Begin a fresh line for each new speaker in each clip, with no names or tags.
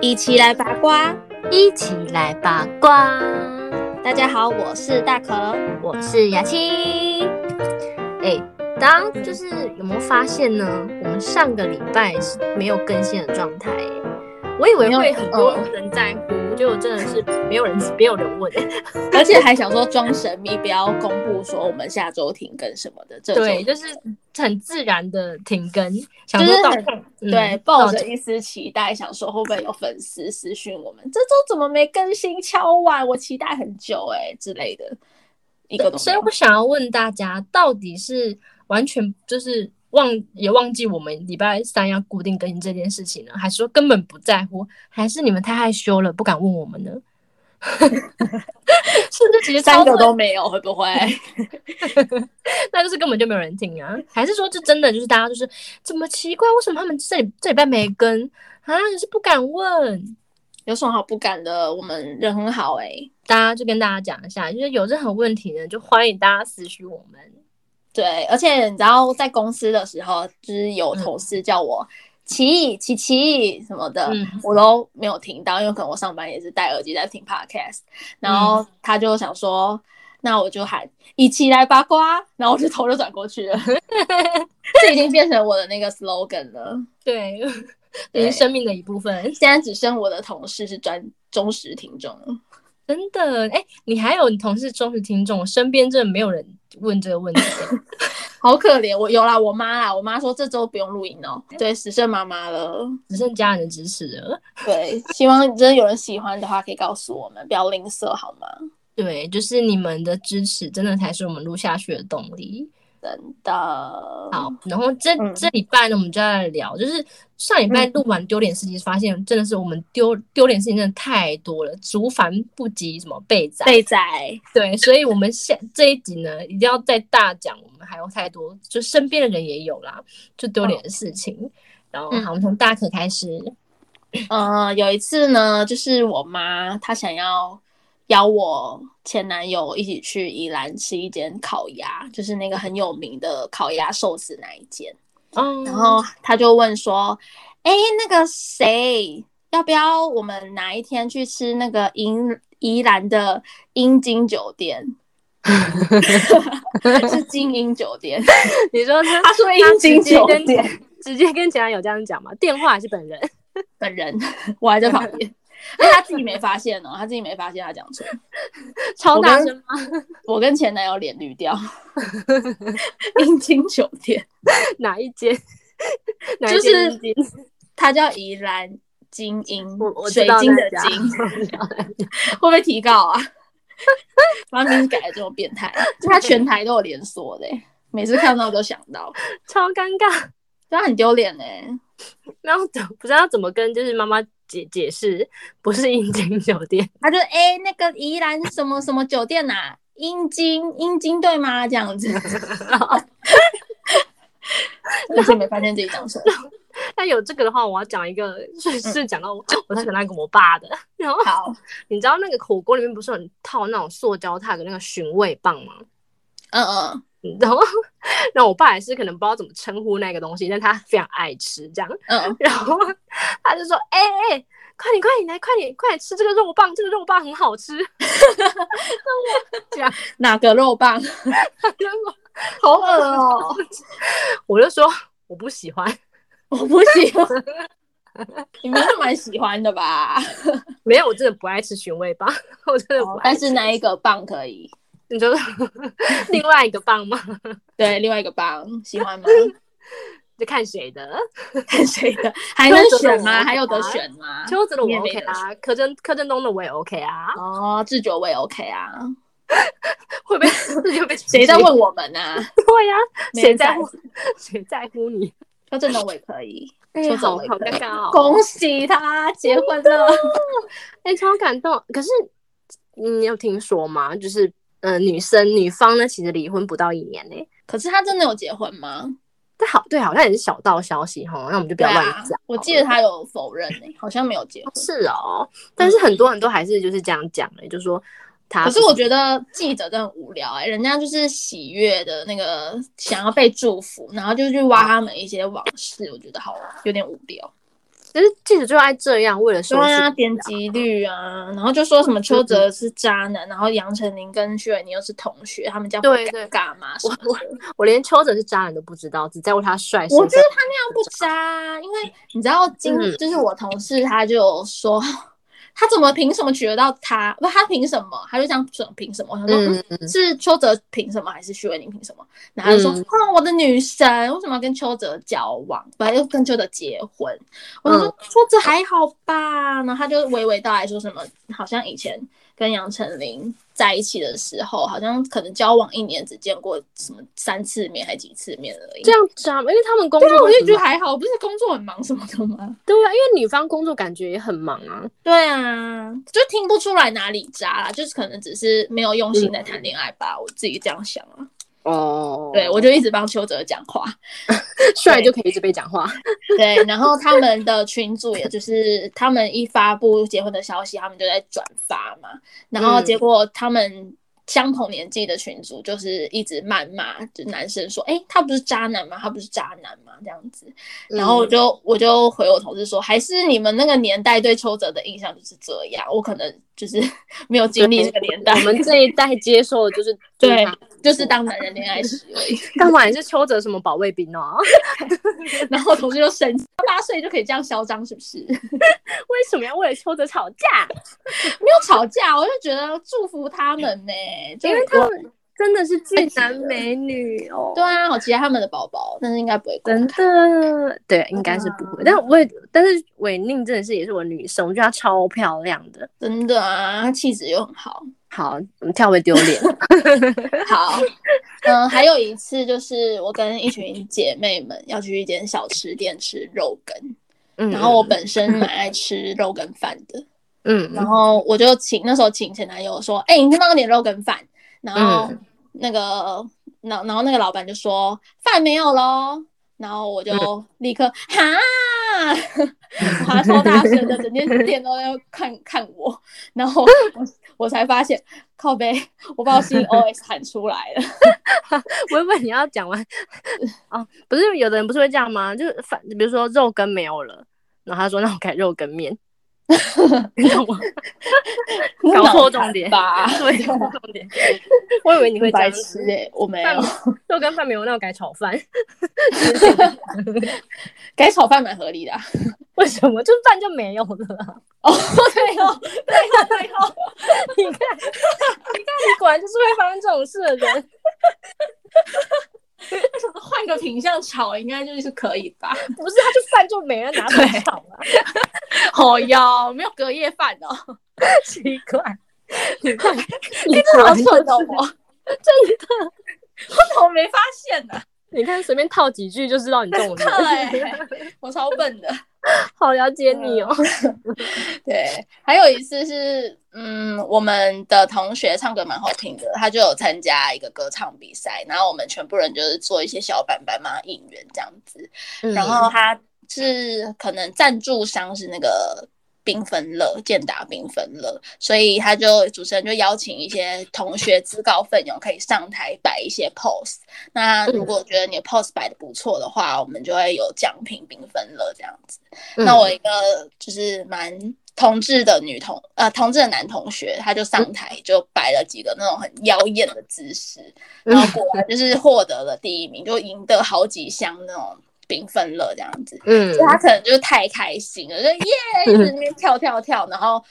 一起来八卦。
一起来八卦。
大家好，我是大可。
我是雅琪。哎，大家就是有没有发现呢？我们上个礼拜是没有更新的状态耶。我以为
没有
会很多人在乎，结果真的是没有人，没有人问。
而且还想说装神秘，不要公布说我们下周停更什么的。这周
对，就是很自然的停更，想
就是
说到
很
嗯
对，
到
抱着一丝期待，想说会不会有粉丝私讯我们这周怎么没更新敲碗？我期待很久哎、之类的，一个
对
东西
所以。我想要问大家，到底是完全就是忘也忘记我们礼拜三要固定更新这件事情呢，还是说根本不在乎，还是你们太害羞了不敢问我们呢？ 甚至其实
三
超
个
多，
都没有，会不会？
那就是根本就没有人听啊？还是说就真的就是大家就是怎么奇怪，为什么他们这里这礼拜没更啊？就是不敢问，
有什么好不敢的？我们人很好哎、
大家就跟大家讲一下，就是有任何问题呢，就欢迎大家私讯我们。
对，而且你知道，在公司的时候，就是有同事叫我奇艺、奇奇什么的，
嗯
我都没有听到，因为可能我上班也是戴耳机在听 podcast。然后他就想说，那我就喊一起来八卦，然后我就头就转过去了， 这已经变成我的那个 slogan 了。
对， 也
对
是生命的一部分，
现在只剩我的同事是专忠实听众了，
真的。哎、你还有你同事忠实听众，我身边真的没有人问这个问题。
好可怜。我有啦，我妈啦，我妈说这周不用录音哦，对，只剩妈妈了。
只剩家人的支持了。
对，希望真的有人喜欢的话，可以告诉我们，不要吝啬好吗？
对，就是你们的支持，真的才是我们录下去的动力。
真的。
好，，然后这、
嗯
这礼拜呢，我们就要来聊，就是上礼拜录完丢脸事情，发现真的是我们丢丢脸事情真的太多了，竹繁不及什么被宰。
贝仔，
对，所以我们下这一集呢，一定要再大讲，我们还有太多，就身边的人也有啦，就丢脸的事情。然后，
嗯
好，我们从大可开始。
嗯，有一次呢，就是我妈她想要邀我前男友一起去宜兰吃一间烤鸭，就是那个很有名的烤鸭寿司那一间。
哦，
然后她就问说：“哎，那个谁，要不要我们哪一天去吃那个宜宜兰的英金酒店？ 是精英酒店。”
你说他
他说
他
英
直
金
接
酒
跟
店，
直接跟前男友这样讲嘛？电话还是本人？
本人我还在旁边， 而且他自己没发现哦，他自己没发现他讲错，
超
大
大
声
声吗？
我跟前男友脸绿掉。英金酒店，
哪一间？ 哪一
就
间
是它叫宜兰金英
我我，知
水
道
晶
在
的
讲
晶，
啊
会不会提高啊？把名字改的这么变态，就他全台都有连锁的欸、每次看到都想到，
超尴尬。
对他很丢脸哎。
然后怎不知道怎么跟就是妈妈解解释，不是应景酒店。
他就哎、欸那个宜兰什么什么酒店呐、啊，英金英金对吗？这 样子，而且没发现自己讲错。
但有这个的话，我要讲一个，是是讲到我，我在想到一个我爸的，然后
好，
你知道那个火锅里面不是很套那种塑胶套的那个寻味棒吗？
嗯嗯
嗯然后，然后我爸也是可能不知道怎么称呼那个东西，但他非常爱吃这样。
嗯，
然后他就说：“哎、哎、哎快点快点来，快点快点吃这个肉棒，这个肉棒很好吃。”
哪个肉棒？
然后
好恶哦、
我就说我不喜欢，
我不喜欢。你们是蛮喜欢的吧？
没有，我真的不爱吃寻味棒，我真的不爱
哦但
吃。
是那一个棒可以？
你就是另外一个棒吗？
对，另外一个棒喜欢 吗？
就看谁的。
看谁的？还能选吗？还有得选吗？
邱泽的我
你也没
OK
得
啊，柯震柯震东的我也 OK 啊，
哦，志久我也 OK 啊。
会 被这就被
谁在问我们啊？
对呀、
没
谁
人
在
在
乎？谁在乎你？
邱振东我也可以，
哎
邱
好
振
好
伟可以
尴尬哦！
恭喜他结婚了。
哎、超感动。可是你有听说吗？就是呃，女生女方呢，其实离婚不到一年 呢、欸
可是他真的有结婚吗？
但好对，好像也是小道消息哈，那我们就不
对
要乱
啊
讲。，
我记得他有否认诶、好像没有结婚。
是哦，但是很多人都还是就是这样讲欸的、就说他
可是我觉得记者真的很无聊哎、人家就是喜悦的那个想要被祝福，然后就去挖他们一些往事，我觉得好有点无聊。
其实记者就爱这样，为了收
对
视
啊，点击率啊，然后就说什么邱泽是渣男，然后杨丞琳跟薛伟宁又是同学，他们这样不
对
尴尬吗？什么的
我连邱泽是渣男都不知道，只在乎他帅。
我觉得
身材
他那样不渣，因为你知道今
嗯
就是我同事他就有说，他怎么凭什么取得到他？不，他凭什么？他就这样说凭什么？我想说。嗯
嗯，嗯
是邱泽凭什么，还是徐伟宁凭什么？然后他就说：“
嗯
哦，我的女神为什么要跟邱泽交往？本来就跟邱泽结婚。”我就说：“
嗯
邱泽还好吧？”然后他就娓娓道来说什么，好像以前跟杨丞琳在一起的时候，好像可能交往一年只见过什么三次面还几次面而已。
这样渣吗，因为他们工
对
作
啊，我
为
就
什
觉
么
得还好，不是工作很忙什么的吗？
对啊，因为女方工作感觉也很忙啊。
对啊，就听不出来哪里渣啦，就是可能只是没有用心在谈恋爱吧，我自己这样想啊。
哦
对，我就一直帮邱泽讲 话。
帅就可以一直被讲话。
对，然后他们的群主，也就是他们一发布结婚的消息，他们就在转发嘛。然后结果他们相同年纪的群主就是一直谩骂，就男生说：“哎、他不是渣男吗？他不是渣男吗？”这样子。然
嗯
后我就、我就回我同事说：“还是你们那个年代对邱泽的印象就是这样，我可能就是 没有经历这个年代
我，们这一代接受的 就是
对，就是当男人恋爱时而已。”
干嘛？你是邱泽什么保卫兵哦？
然后我同事就生气，八岁就可以这样嚣张，是不是？
为什么要为了邱泽吵架？
没有吵架，我就觉得祝福他们呢、就
因为他们真的是
太
俊
急
男
了
美女哦。
对啊，好期待他们的宝宝，但是应该不会过
真的，对，啊应该是不会。但我也，但是韦宁真的是也是我女神，我觉得她超漂亮的。
真的啊，她气质又很好。
好，我们跳回丢 脸。
好，嗯，还有一次就是我跟一群姐妹们要去一间小吃店吃肉羹，
嗯
然后我，本身蛮爱吃肉羹饭的，
嗯
然后我就请那时候请前男友说，哎、你你帮我点肉羹饭，然后
嗯
那个，然后然后那个老板就说饭没有喽，然后我
嗯
就立刻哈。我还超大声的，整间店都在看看我，然后我我才发现，靠背，我把我心里 OS 喊出来了。
我以为你要 讲完哦，不是有的人不是会这样吗？就是反，比如说肉羹没有了，然后他说那我改肉羹 面，你懂吗？搞错重点
吧？
对，搞错 重点。我以为你会这
白
样
痴
子，
哎、我没
饭
有
没，肉羹饭没有，那我改炒饭。
改炒饭蛮合理 的啊、
为什么？就饭就没有了啊。
哦，对哦，对哦，对哦，
你看，你看，你果然就是会发生这种事的人。
换个品相炒应该就是可以吧？
不是，他就饭就没了，拿出来炒了，
哦哟，没有隔夜饭哦，
奇怪。 你看，你
真的好蠢 哦，我
真的，
怎么没发现呢、
你看随便套几句就知道你中了。
对，我超笨的。
好了解你哦。
对，还有一次是，嗯，我们的同学唱歌蛮好听的，他就有参加一个歌唱比赛，然后我们全部人就是做一些小板板嘛应援这样子，
嗯
然后他是可能赞助商是那个缤纷乐健达缤纷乐，所以他就主持人就邀请一些同学自告奋勇可以上台摆一些 pose。那如果觉得你的 pose 摆的不错的话，我们就会有奖品缤纷乐这样子。
嗯
那我一个就是蛮同志的女同呃同志的男同学，他就上台就摆了几个那种很妖艳的姿势，
嗯
然后果然就是获得了第一名，就赢得好几箱那种缤纷乐这样子。
嗯
所以他可能就是太开心了，就耶，一直那边跳跳跳，然后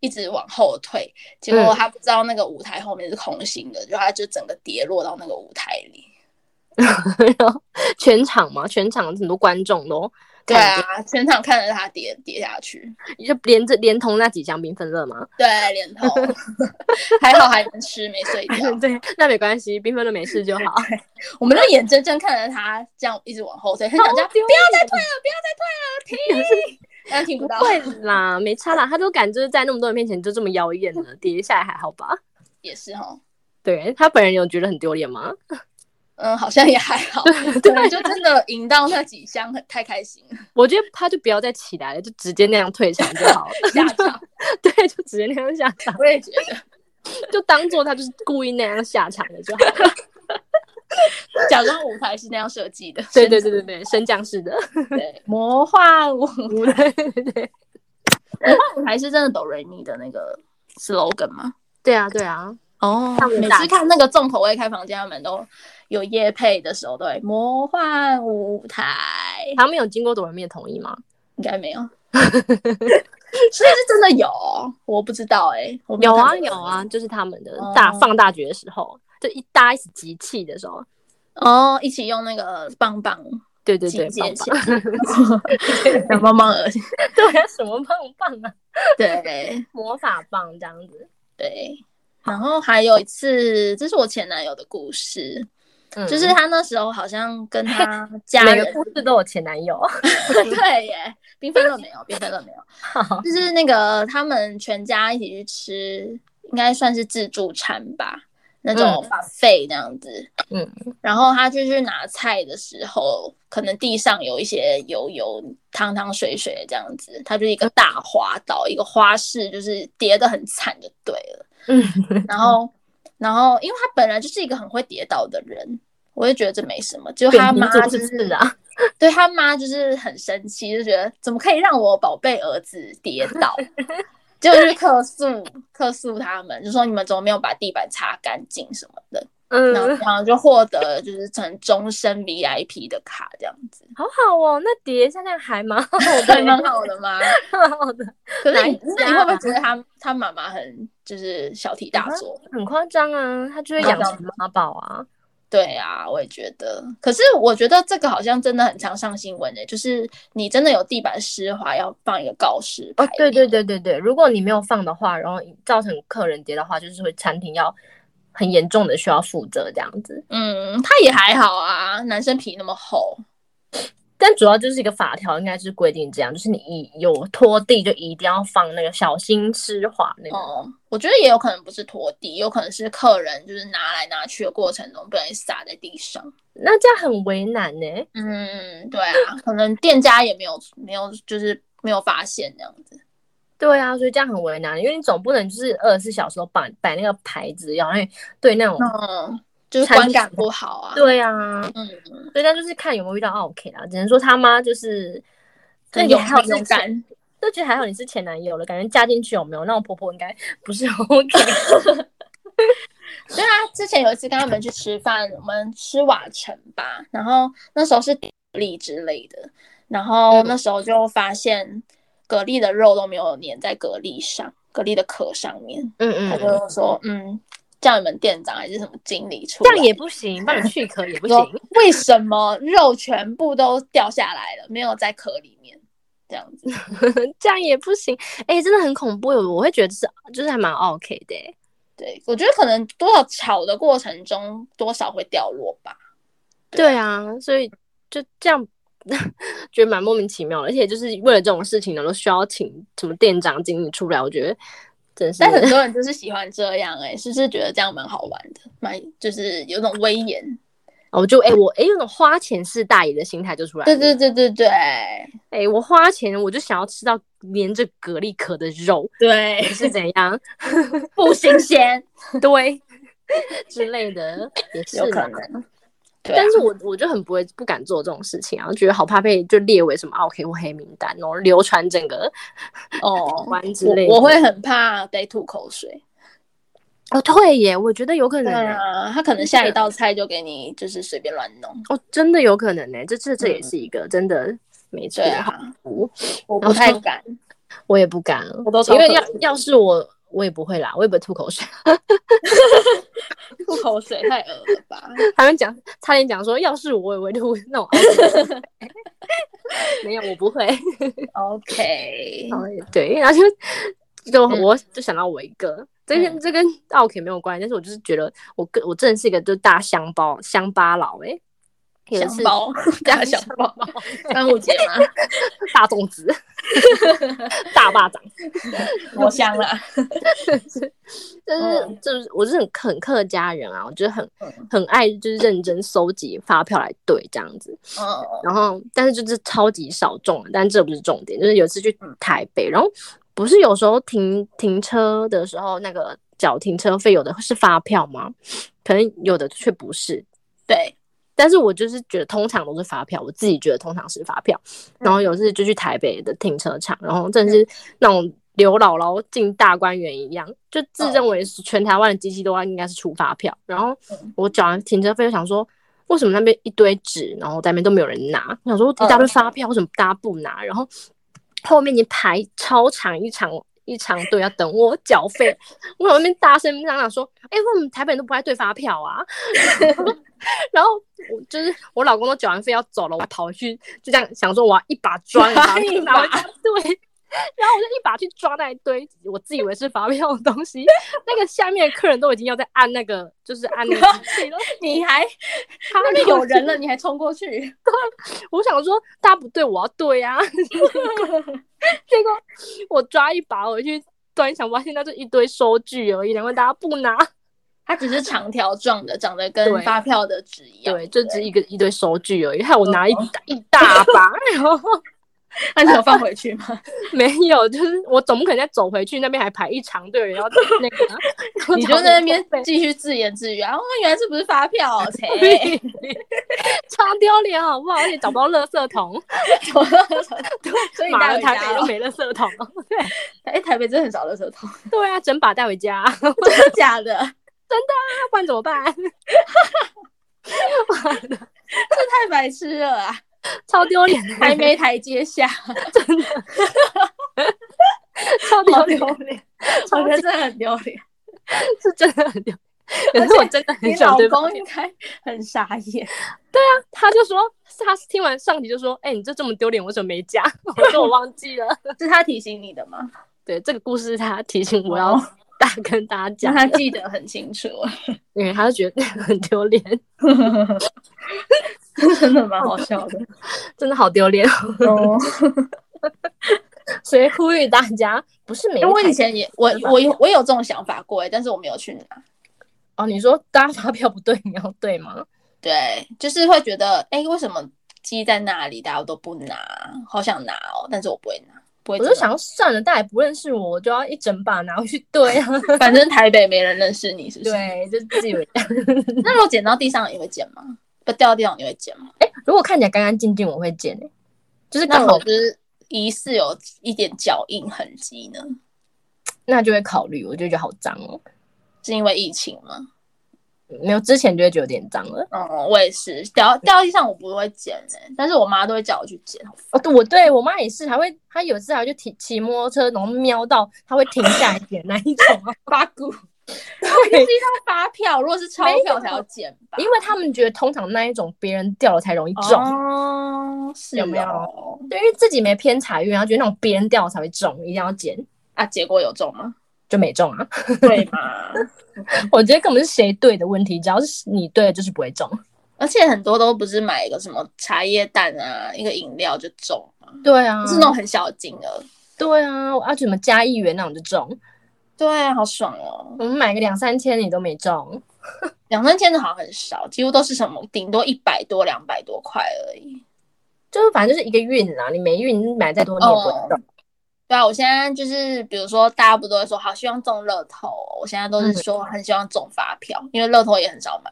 一直往后退，结
嗯
果他不知道那个舞台后面是空心的，就他就整个跌落到那个舞台里。
然后全场嘛，全场很多观众都
对啊，全场看着他跌跌下去，
就连着连同那几箱缤纷乐嘛。
对，连头，还好还能吃，没睡觉。
对，那没关系，缤纷乐没事就 好。
我们就眼睁睁看着他这样一直往后退，很想叫不
丢哦
要再退了，不要再退了，停，但听不到，
会啦，没差啦，他都敢就是在那么多人面前就这么妖艳了，跌下来还好吧？
也是哈。
对他本人有觉得很丢脸吗？
嗯，好像也还好，可能就真的赢到那几箱，很太开心了，
我觉得他就不要再起来了，就直接那样退场就好 了。
下场。
对，就直接那样下场，
我也觉得。
就当做他就是故意那样下场的就好了。
假装舞台是那样设计的。
对对对对对，升降式的，
对，魔幻舞
舞台对对
魔幻舞台是真的哆瑞咪的那个 slogan 吗？
对啊对啊，
哦
上面
每
大
次看那个重口味开房间，他们都有夜配的时候，对，魔幻舞台
他们有经过多人面同意吗？
应该没有，是不是真的有？我不知道哎、我没
有啊
看过
有啊，就是他们的
哦
大放大决的时候，就一大家一起集气的时候，
哦，一起用那个棒棒
对对
集
对，
结
棒
起
棒，
来，两棒棒而已。
对啊，什么棒 棒啊，
对
魔法棒这样子，
对，然后还有一次，这是我前男友的故事，
嗯
就是他那时候好像跟他家
每
人
个，故事都有前男 友，
对耶，缤纷乐没有，缤纷乐没有，
好
就是那个他们全家一起去吃，应该算是自助餐吧，那种把费那样子。
嗯，
然后他就去拿菜的时候，可能地上有一些油油、汤汤水水的这样子，他就一个大滑倒，一个花式，就是跌得很惨就对了。
嗯，
然后，然后因为他本来就是一个很会跌倒的人，我就觉得这没什么。就他妈
扁平
就
足
是
是啊，
对他妈就是很生气，就觉得怎么可以让我宝贝儿子跌 倒，结果就去客诉客诉他们，就说你们怎么没有把地板擦干净什么的。
嗯，
然后然后就获得就是成终身 VIP 的卡这样子，
好好哦，那叠一下那样还蛮 好
还
的，
蛮好的嘛。
蛮好 的，
可是你
哪一
那
家
你
啊
会不会觉得他他妈妈很就是小题
嗯
大做？
很夸张啊，他就会养成妈宝啊，
对啊，我也觉得。可是我觉得这个好像真的很常上新闻的、就是你真的有地板湿滑，要放一个告示牌。
哦，对对对对对，如果你没有放的话，然后造成客人跌的话，就是会餐厅要很严重的需要负责这样子。
嗯，他也还好啊，男生皮那么厚。
但主要就是一个法条，应该是规定这样，就是你一有拖地就一定要放那个小心湿滑那个。
哦、我觉得也有可能不是拖地，有可能是客人就是拿来拿去的过程中不小心洒在地上。
那这样很为难呢、
嗯，对啊，可能店家也没有没有，就是没有发现这样子。
对啊，所以这样很为难，因为你总不能就是二十四小时都摆摆那个牌子，然后对那种、
嗯，就是观感不好啊。，
对啊，
嗯，
所以那就是看有没有遇到 OK 啦。只能说他妈就是，那
很
也
有
还好
勇
是前，
敢。
就觉得还好你是前男友了，感觉嫁进去有没有？那我婆婆应该不是 OK。
对啊，之前有一次跟他们去吃饭，我们吃瓦城吧，然后那时候是蛤蜊之类的，然后
嗯
那时候就发现蛤蜊的肉都没有粘在蛤蜊上，蛤蜊的壳上面。
嗯
他
嗯，
就说，嗯，叫你们店长还是什么经理出
这
来，
样也不行，帮你去壳也不行
说。为什么肉全部都掉下来了，没有在壳里面，这样子。
这样也不行，哎、真的很恐怖，我会觉得是就是还蛮 OK 的、欸，
对，我觉得可能多少炒的过程中多少会掉落吧。对
对啊，所以就这样， 觉得蛮莫名其妙的，而且就是为了这种事情呢，都需要请什么店长、经理出来，我觉得真是
但很多人就是喜欢这样、欸，哎，是不是觉得这样蛮好玩的，蛮就是有种威严。
哦，我就哎、我哎、有种花钱是大爷的心态就出来了，
对对对对对
哎、我花钱我就想要吃到连着蛤蜊壳的 肉，
对，
是怎样？
不新鲜，
对之类的也是
有可
啦
能。对啊、
但是我我就很不会不敢做这种事情啊，觉得好怕被就列为什么 OK 或黑名单，然后流传整个
哦，
湾之类的
我我会很怕被吐口水。
哦，对耶，我觉得有可
对
能、欸，
啊，他可能下一道菜就给你就是随便乱弄。
哦，真的有可能呢、这这这也是一个、真的没错
对，啊，
我
我不太敢，
我也不敢，
我都超
因为
可
要
怕
要是我我也不会啦，我也不会吐口水，
吐口水太恶了 吧？
他们讲差点讲说，要是我也会吐那 种，没有我不会，
OK，
哦 对，然后就就
嗯
我就想到我一个，这跟、这跟奥 K 没有关系，但是我就是觉得我跟我真的是一个就大乡包乡巴佬哎、欸，有一
香
次
包大小包，端午节嘛，
大粽子， 大巴掌，
我香啦。
就是、
嗯
就是我是很很客家人啊，我就是很、
嗯
很爱就是认真收集发票来对这样子，
嗯
然后但是就是超级少中，但这不是重点，就是有一次去
嗯
台北，然后不是有时候停停车的时候那个缴停车费有的是发票吗？可能有的却不是，
对，
但是我就是觉得通常都是发票，我自己觉得通常是发票。然后有次就去台北的停车场，然后真的是那种刘姥姥进大观园一样，就自认为是全台湾的机器都应该是出发票。然后我缴完停车费，就想说为什么那边一堆纸，然后在那边都没有人拿？我想说一大堆发票，为什么大家不拿？然后后面已经排超长一场一长队要等我缴费，我在外面大声嚷嚷说：“哎、为什么台北人都不爱对发票啊？”然后我就是我老公都缴完费要走了，我还跑去就这样想说我要一把抓了
抓
他，
一
拿回
把
家对。然后我就一把去抓那一堆我自以为是发票的东西，那个下面的客人都已经要在按那个，就是按那个机器了。
你还
他
那边有人了，你还冲过去，
我想说大家不对，我要 对呀、啊。结果我抓一把回去，突然想发现那就一堆收据而已，难怪大家不拿。
它只是长条状的，长得跟
对
发票的纸一样。嗯
对，就只一个一堆收据而已，害我拿一大一大把， 然后
那你有放回 去吗？
没有，就是我总不可能再走回去那边还排一长队人要那个，然后
你就在那边
找我
继续自言自语啊，哦，原来这不是发票， 切，
背 超丢脸好不好？而且找不到垃 圾桶，
所以你
马
带
来
回
台
家哦
北
了
都。没垃圾桶。
哎、台北真的很少垃圾桶，
对啊，整把带回家，要
真的假的？
不然怎么办？
太白痴了啊，
超丢脸的，
还没台阶下，
超
好
丢
丢
脸，
脸，我觉得真的很丢脸。
是真的很丢脸。可是我真的
你
很想
老
对吧？
公应该很傻 眼，
他就说，他听完上集就说：“哎、你这这么丢脸，为什么没加？”我说我忘记了。
是他提醒你的吗？
对，这个故事他提醒我要
哦
大跟大家
让
讲，
他记得很清楚，啊
因为他就觉得很丢脸，
真的蛮好笑 的。
真的好丢脸。
哦，
所以呼吁大家，不是每
因为我
一
以
台
前也我我有我有这种想法过哎，但是我没有去拿。
哦，你说大家发票不对，你要对吗？
对，就是会觉得哎、为什么鸡在那里大家都不拿？好想拿哦，但是我不会拿，不会。
我就，想算了，大家也不认识我，我就要一整把拿回去对啊。
反正台北没人认识你，是不是？。
对，就自以为。
那如果捡到地上，你会捡吗？不掉到地上你会捡吗？
如果看起来干干净净，我会捡、欸，就是
那
刚
如
好
果就是疑似有一点脚印痕迹呢？
那就会考虑，我就觉得好脏哦、
是因为疫情吗？
没有之前就会觉得有点脏了。
嗯，我也是，掉掉到地上我不会捡诶、但是我妈都会叫我去捡。
哦，对，我对我妈也是，还会，她有一次还就骑骑摩托车，然后瞄到，她会停下来捡那一种啊。
发 股，
对，
发票，如果是钞票才要捡吧？
因为他们觉得通常那一种别人掉了才容易中，
哦，是
有没有
哦
对，因为自己没偏财运，然后觉得那种别人掉了才会中，一定要捡，
啊？结果有中 吗？
就没中啊。
对嘛？
我觉得根本是谁对的问题，只要是你对了就是不会中。
而且很多都不是买一个什么茶叶蛋啊，一个饮料就中嘛，
对啊，
是那种很小的金额。
对啊，我要什么加一元那种就中，
对啊，好爽哦！
我们买个两三千你都没中。
两三千的好像很少，几乎都是什么顶多一百多、两百多块而已。
就是反正就是一个运啊啦，你没运，你买再多你也不会中。
对啊，我现在就是比如说，大家不都会说好希望中乐透哦，我现在都是
嗯
说很希望中发票，因为乐透也很少买。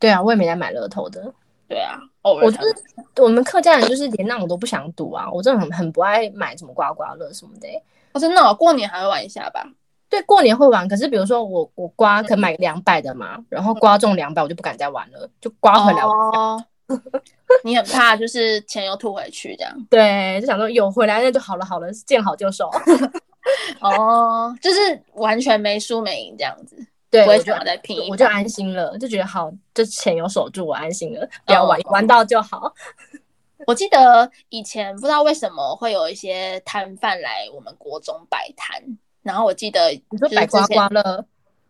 对啊，我也没在买乐透的。
对啊，偶尔
我
才
就是我们客家人，就是连那种都不想赌啊，我真的很很不爱买什么刮刮乐什么的欸、
哦，真的哦、过年还会玩一下吧？
对，过年会玩，可是比如说我我刮可能买两百的嘛，然后刮中两百我就不敢再玩了，就刮回来。
哦， 你很怕就是钱又吐回去这样。
对，就想说有回来那就好了，好了，见好就收。
哦，就是完全没输没赢这样子，
对，
不
我
会
就
想要再拼一把
我就安心了，就觉得好，这钱有守住，我安心了，不要玩，
哦
玩到就好。
我记得以前不知道为什么会有一些摊贩来我们国中摆摊，然后我记得
你
就
说
是
摆
之
刮
前
刮乐，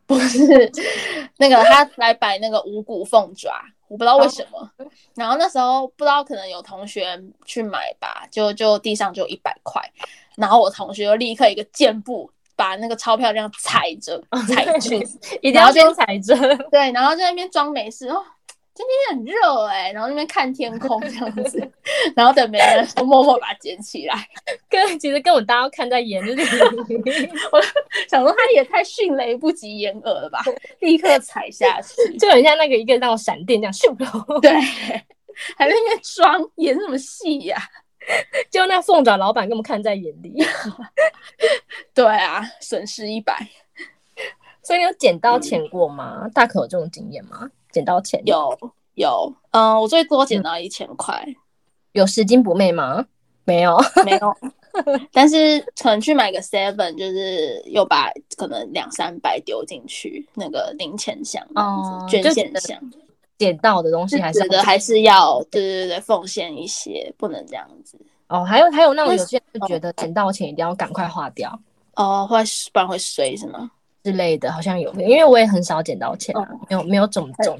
不是那个他来摆那个五谷凤爪，我不知道
哦
为什么。然后那时候不知道可能有同学去买吧，就就地上就一百块，然后我同学就立刻一个箭步把那个钞票这样
哦
踩着踩去，
一定
然
要
后就
先踩着。
对，然后在那边装没事哦，今天很热哎、然后那边看天空这样子， 然后等没人，我默默把它捡起来，
跟其实跟我大家看在眼里，
想说他也太迅雷不及掩耳了吧，立刻踩下 去。
就很像那个一个那种闪电这样咻，
对， 还在那边装演什么戏呀、
就那凤爪老板根本看在眼里，
对啊，损失一百。
所以你有捡到钱过吗？大可有这种经验吗？捡到钱
有有，嗯、我最多捡到一千块，
有拾金不昧吗？没有，
没有。但是可能去买个 seven，就是又把可能两三百丢进去那个零钱箱这样子、
哦
捐
就觉
献
得
箱，
捡到的东西还是
觉得还是要对对对奉献一些，不能这样子
哦，还有还有那哦
但
种
是
有些人会觉得捡到钱一定要赶快花掉
哦，会不然会碎是吗？
之类的，好像有，因为我也很少捡到钱啊，没有没有种种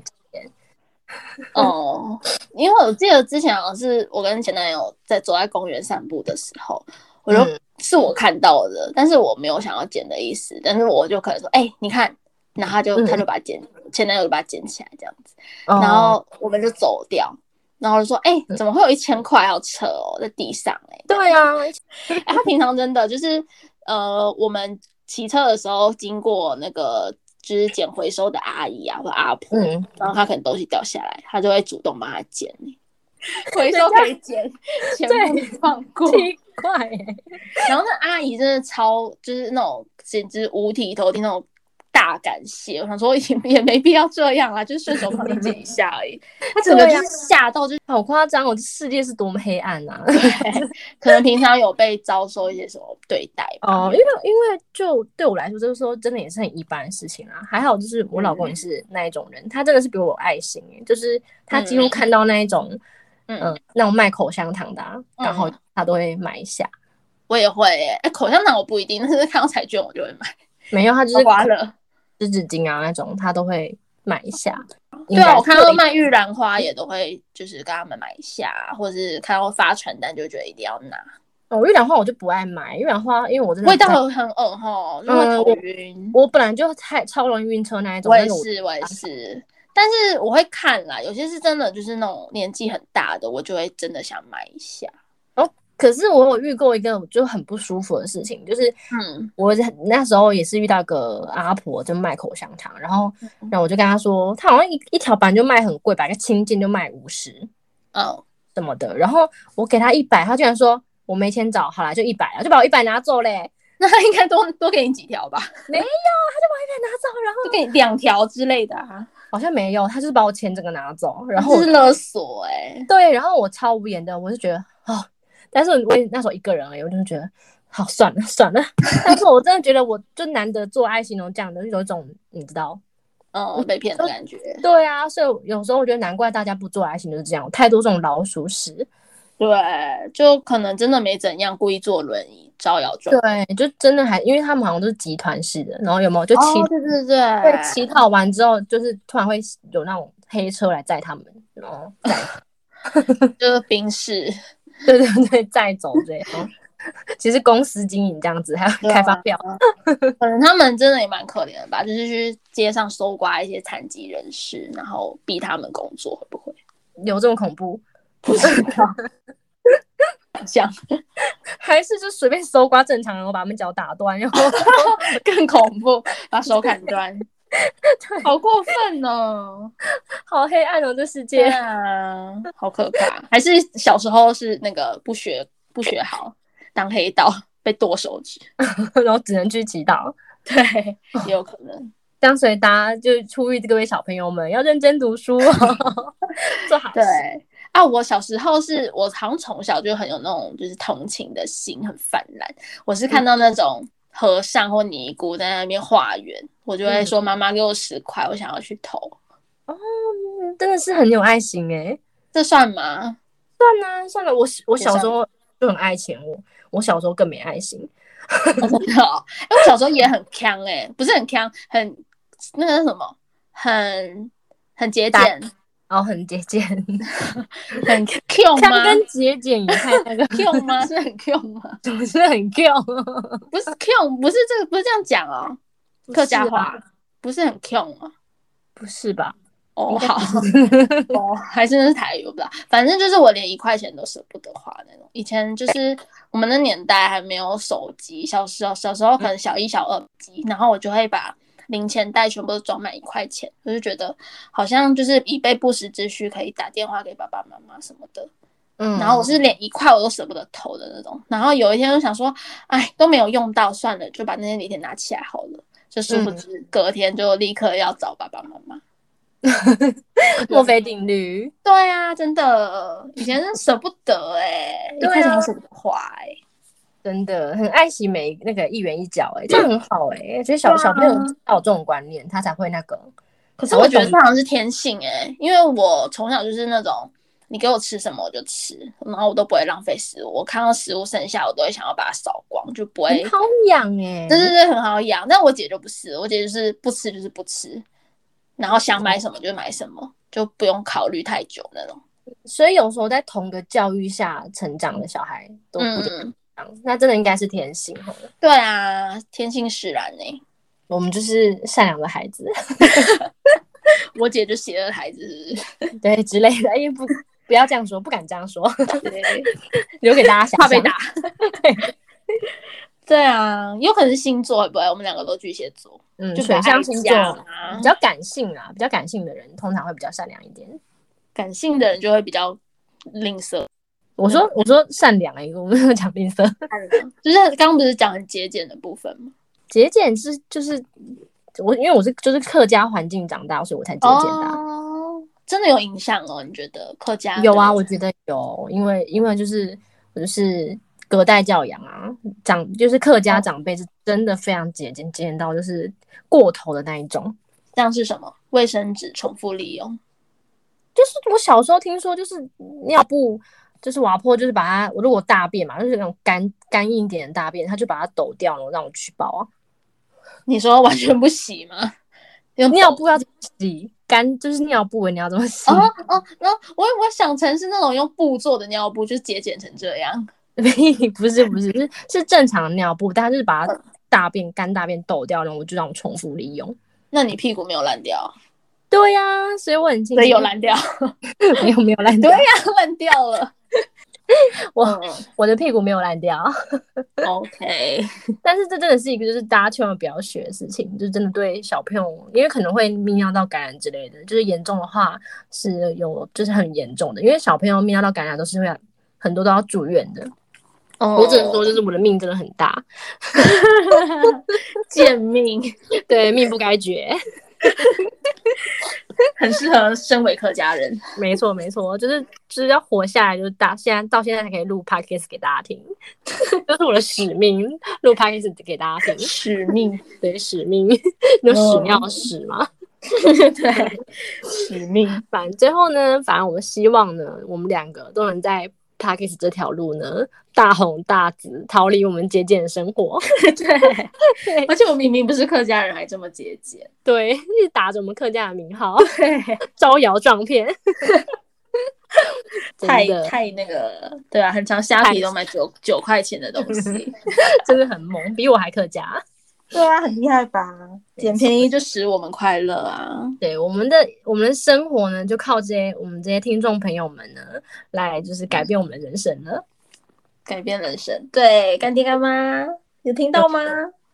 哦，因为我记得之前好像是我跟前男友在走在公园散步的时候，我就、
嗯
是我看到的，但是我没有想要捡的意思，但是我就可能说，哎、你看，然后他就、
嗯
他就把它捡，前男友就把它捡起来这样子，
哦嗯
然后我们就走掉。然后我就说，哎、怎么会有一千块？好扯哦，在地上哎、
对啊，
哎，他平常真的就是，呃，我们骑车的时候经过那个就是捡回收的阿姨啊或阿婆，
嗯，
然后他可能东西掉下来，他就会主动帮他捡。回收可 以捡，钱不能放过。
奇怪欸耶、
然后那阿姨真的超，就是那种简直五体投地那种大感谢。我想说也也没必要这样啦，就是顺手帮你捡一下而已。他
啊
整个就是吓到，就是
好夸张哦！这世界是多么黑暗啊！
可能平常有被遭受一些什么对待吧。
哦，因为因为就对我来说，就是说真的也是很一般的事情啊。还好就是我老公也是那一种人，他真的是比我有爱心耶，就是他几乎
嗯
看到那一种
嗯
嗯、那种卖口香糖的、啊，
嗯
然后他都会买一下。
我也会、欸，哎、口香糖我不一定，但是看到彩券我就会买。
没有，他就是
花了，
湿纸巾啊那种，他都会买一下。
对啊，我看到
应该
卖玉兰花也都会，就是跟他们买一下，啊或者是看到发传单就觉得一定要拿。
哦，玉兰花我就不爱买，玉兰花因为我真的
味
不太
道很哦恶吼，就会头晕。
我本来就太超容易晕车那一种，
我也
但我
是，我也是。但是我会看啦，有些是真的就是那种年纪很大的，我就会真的想买一下。
可是我有遇过一个就很不舒服的事情，就是
嗯
我在那时候也是遇到个阿婆，就卖口香糖，然后
嗯
然后我就跟她说，她好像一一条板就卖很贵吧，一个青筋就卖五十
嗯，
什么的，然后我给她一百，她居然说我没钱找，好啦，就一百啊，就把我一百拿走嘞，
那他应该多多给你几条吧，
一百拿走，然后
多给你两条之类的 啊。
好像没有，她就是把我钱整个拿走，然后
这
我
是勒索哎、
对，然后我超无言的，我就觉得哦，但是我也那时候一个人而已，我就觉得好算了算了， 但是我真的觉得我就难得做爱心哦，这样的有一种你知道。
嗯，被骗的感觉。
对啊，所以有时候我觉得难怪大家不做爱心就是这样，太多这种老鼠屎。
对，就可能真的没怎样，故意坐轮椅招摇撞。
对，就真的还因为他们好像都是集团式的，然后有没有就乞
哦，对对对，
对乞讨完之后，就是突然会有那种黑车来载他们，然后载，
就是冰室，
对对对，载走这样。 其实公司经营这样子，还
对
有
啊
开发票，
可能他们真的也蛮可怜的吧，就是去街上搜刮一些残疾人士，然后逼他们工作，会不会？
有这么恐怖？
不知道， 好像
还是就随便搜刮正常人，我把他们脚打断，然后
更恐怖，把手砍 断，
对，
好过分哦！
好黑暗哦，这世
对
界。
啊，好可怕。还是小时候是那个不学不学好，当黑道被剁手指，
然后只能去祈祷。
对， 也有可能。
这样，所以大家就呼吁各位小朋友们要认真读书、哦， 做好事。
对啊，我小时候是我好像从小就很有那种就是同情的心，很泛滥。我是看到那种和尚或尼姑在那边化缘，我就会说：“妈妈给我十块，我想要去投。
嗯真的是很有爱心哎、”
这算吗？
算啦、算了，我我小
算
时候就很爱钱，我我小时候更没爱心。
我真的、哦，因为我小时候也很强哎、不是很强，很那个是什么，很很节俭，
然后很节俭，
很 Q
看
吗
跟节俭也太那个，
？Q 吗？是很 Q 吗？
总是很 Q，
不是 Q，不是啊
啊
这个，不是这样讲哦。客家话不是很 Q 哦。
不是吧？
哦，好， 哦，还真的是台语，我不知道。反正就是我连一块钱都舍不得花那种。以前就是我们那年代还没有手机，小时候小时候可能小一、小二机，然后我就会把零钱袋全部都装满一块钱，我就觉得好像就是以备不时之需，可以打电话给爸爸妈妈什么的。
嗯，
然后我是连一块我都舍不得投的那种。然后有一天就想说，哎，都没有用到，算了，就把那些零钱拿起来好了。就殊不知隔天就立刻要找爸爸妈妈。
墨菲定律，
对啊，真的，以前真舍不得哎、一
对啊
块钱都舍不得花哎、
真的很爱惜每那个一元一角、哎，这样很好、哎，我觉得小
对啊
小朋友要有这种观念，他才会那个。
可是我觉得
懂
这好像是天性哎、因为我从小就是那种，你给我吃什么我就吃，然后我都不会浪费食物。我看到食物剩下，我都会想要把它扫光，就不会
很。好养哎、
对对对，很好养。但我姐就不是，我姐就是不吃就是不吃，然后想买什么就买什么，就不用考虑太久那种。
所以有时候在同个教育下成长的小孩都不一
嗯，
样，那真的应该是天性哦。
对啊，天性使然哎、
我们就是善良的孩子，
我姐就邪恶孩子是不是。
对之类的，因为不不要这样说，不敢这样说，
对
留给大家想
怕被
象
打。对啊，有可能是星座会不会？我们两个都巨蟹座，
嗯，
就
水象星座
比较爱讲啊
比较感性啊，比较感性的人通常会比较善良一点。
感性的人就会比较吝啬。
我说我说善良哎、我没有讲吝啬，
啊就是刚刚不是讲很节俭的部分吗？
节俭是就是我因为我是就是客家环境长大，所以我才节俭的啊、
哦，真的有影响哦？你觉得客家
有啊，
的
我觉得有，因为因为就是我就是隔代教养啊，长就是客
哦
家长辈是真的非常节俭，节俭到就是过头的那一种。
像是什么卫生纸重复利用？
就是我小时候听说，就是尿布就是瓦破，就是把它，我如果大便嘛，就是那种干干硬一点的大便，他就把它抖掉，然后让我去包啊。
你说完全不洗吗？用
尿布要怎么洗？干就是尿布，欸你要怎么洗？
哦哦，那我我想成是那种用布做的尿布，就是节俭成这样。
不是不是，是是正常的尿布，但他就是把
嗯
它大便干大便抖掉，然后我就让我重复利用。
那你屁股没有烂掉，啊
对呀、所以我很庆
所以
幸
有烂掉，
没有没有烂
对
掉，
呀、烂掉了。
我
嗯
我的屁股没有烂掉，
OK，
但是这真的是一个就是大家千万不要学的事情，就真的对小朋友，因为可能会泌尿道感染之类的，就是严重的话是有就是很严重的，因为小朋友泌尿道感染都是会很多都要住院的。我
我
只能说就是我的命真的很大，
贱命，
对命不该绝，
很适合身为客家人。
没错没错，就是就是要活下来，就是大现在到现在才可以录 podcast 给大家听， 这是我的使命，录 podcast 给大家听，
使命，
对使命，有屎
嗯
尿屎吗？
对， 使命。
反正最后呢，反正我们希望呢，我们两个都能在 p a c k e s 这条路呢大红大紫，逃离我们节俭的生活。
对，
对
而且我明明不是客家人，还这么节俭。
对，一直打着我们客家的名号，
对，
招摇撞 骗。 真
太
的
太那个，对啊，很常虾皮都买九九块钱的东西。
真的很猛，比我还客家。
对啊，很厉害吧？捡便宜就使我们快乐啊！
对我们的我们的生活呢，就靠这些我们这些听众朋友们呢，来就是改变我们的人生了。
改变人生，对，干爹干妈有听到 吗？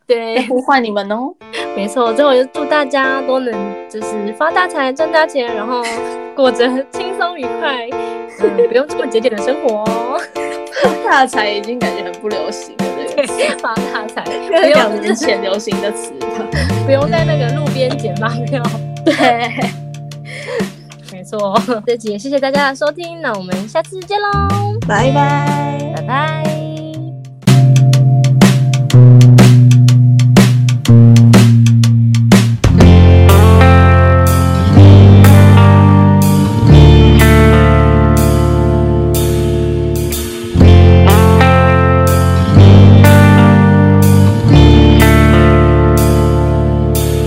对，
呼唤你们哦！
没错，最后就祝大家都能就是发大财、赚大钱，然后过着轻松愉快，嗯，不用这么节俭的生活哦，
大财已经感觉很不流行了，这 个词
发大财，不
这是两
用
年前流行的词。
不用在那个路边捡发票。
对，
没错，这集也谢谢大家的收听，那我们下次见喽，
拜拜。
拜拜。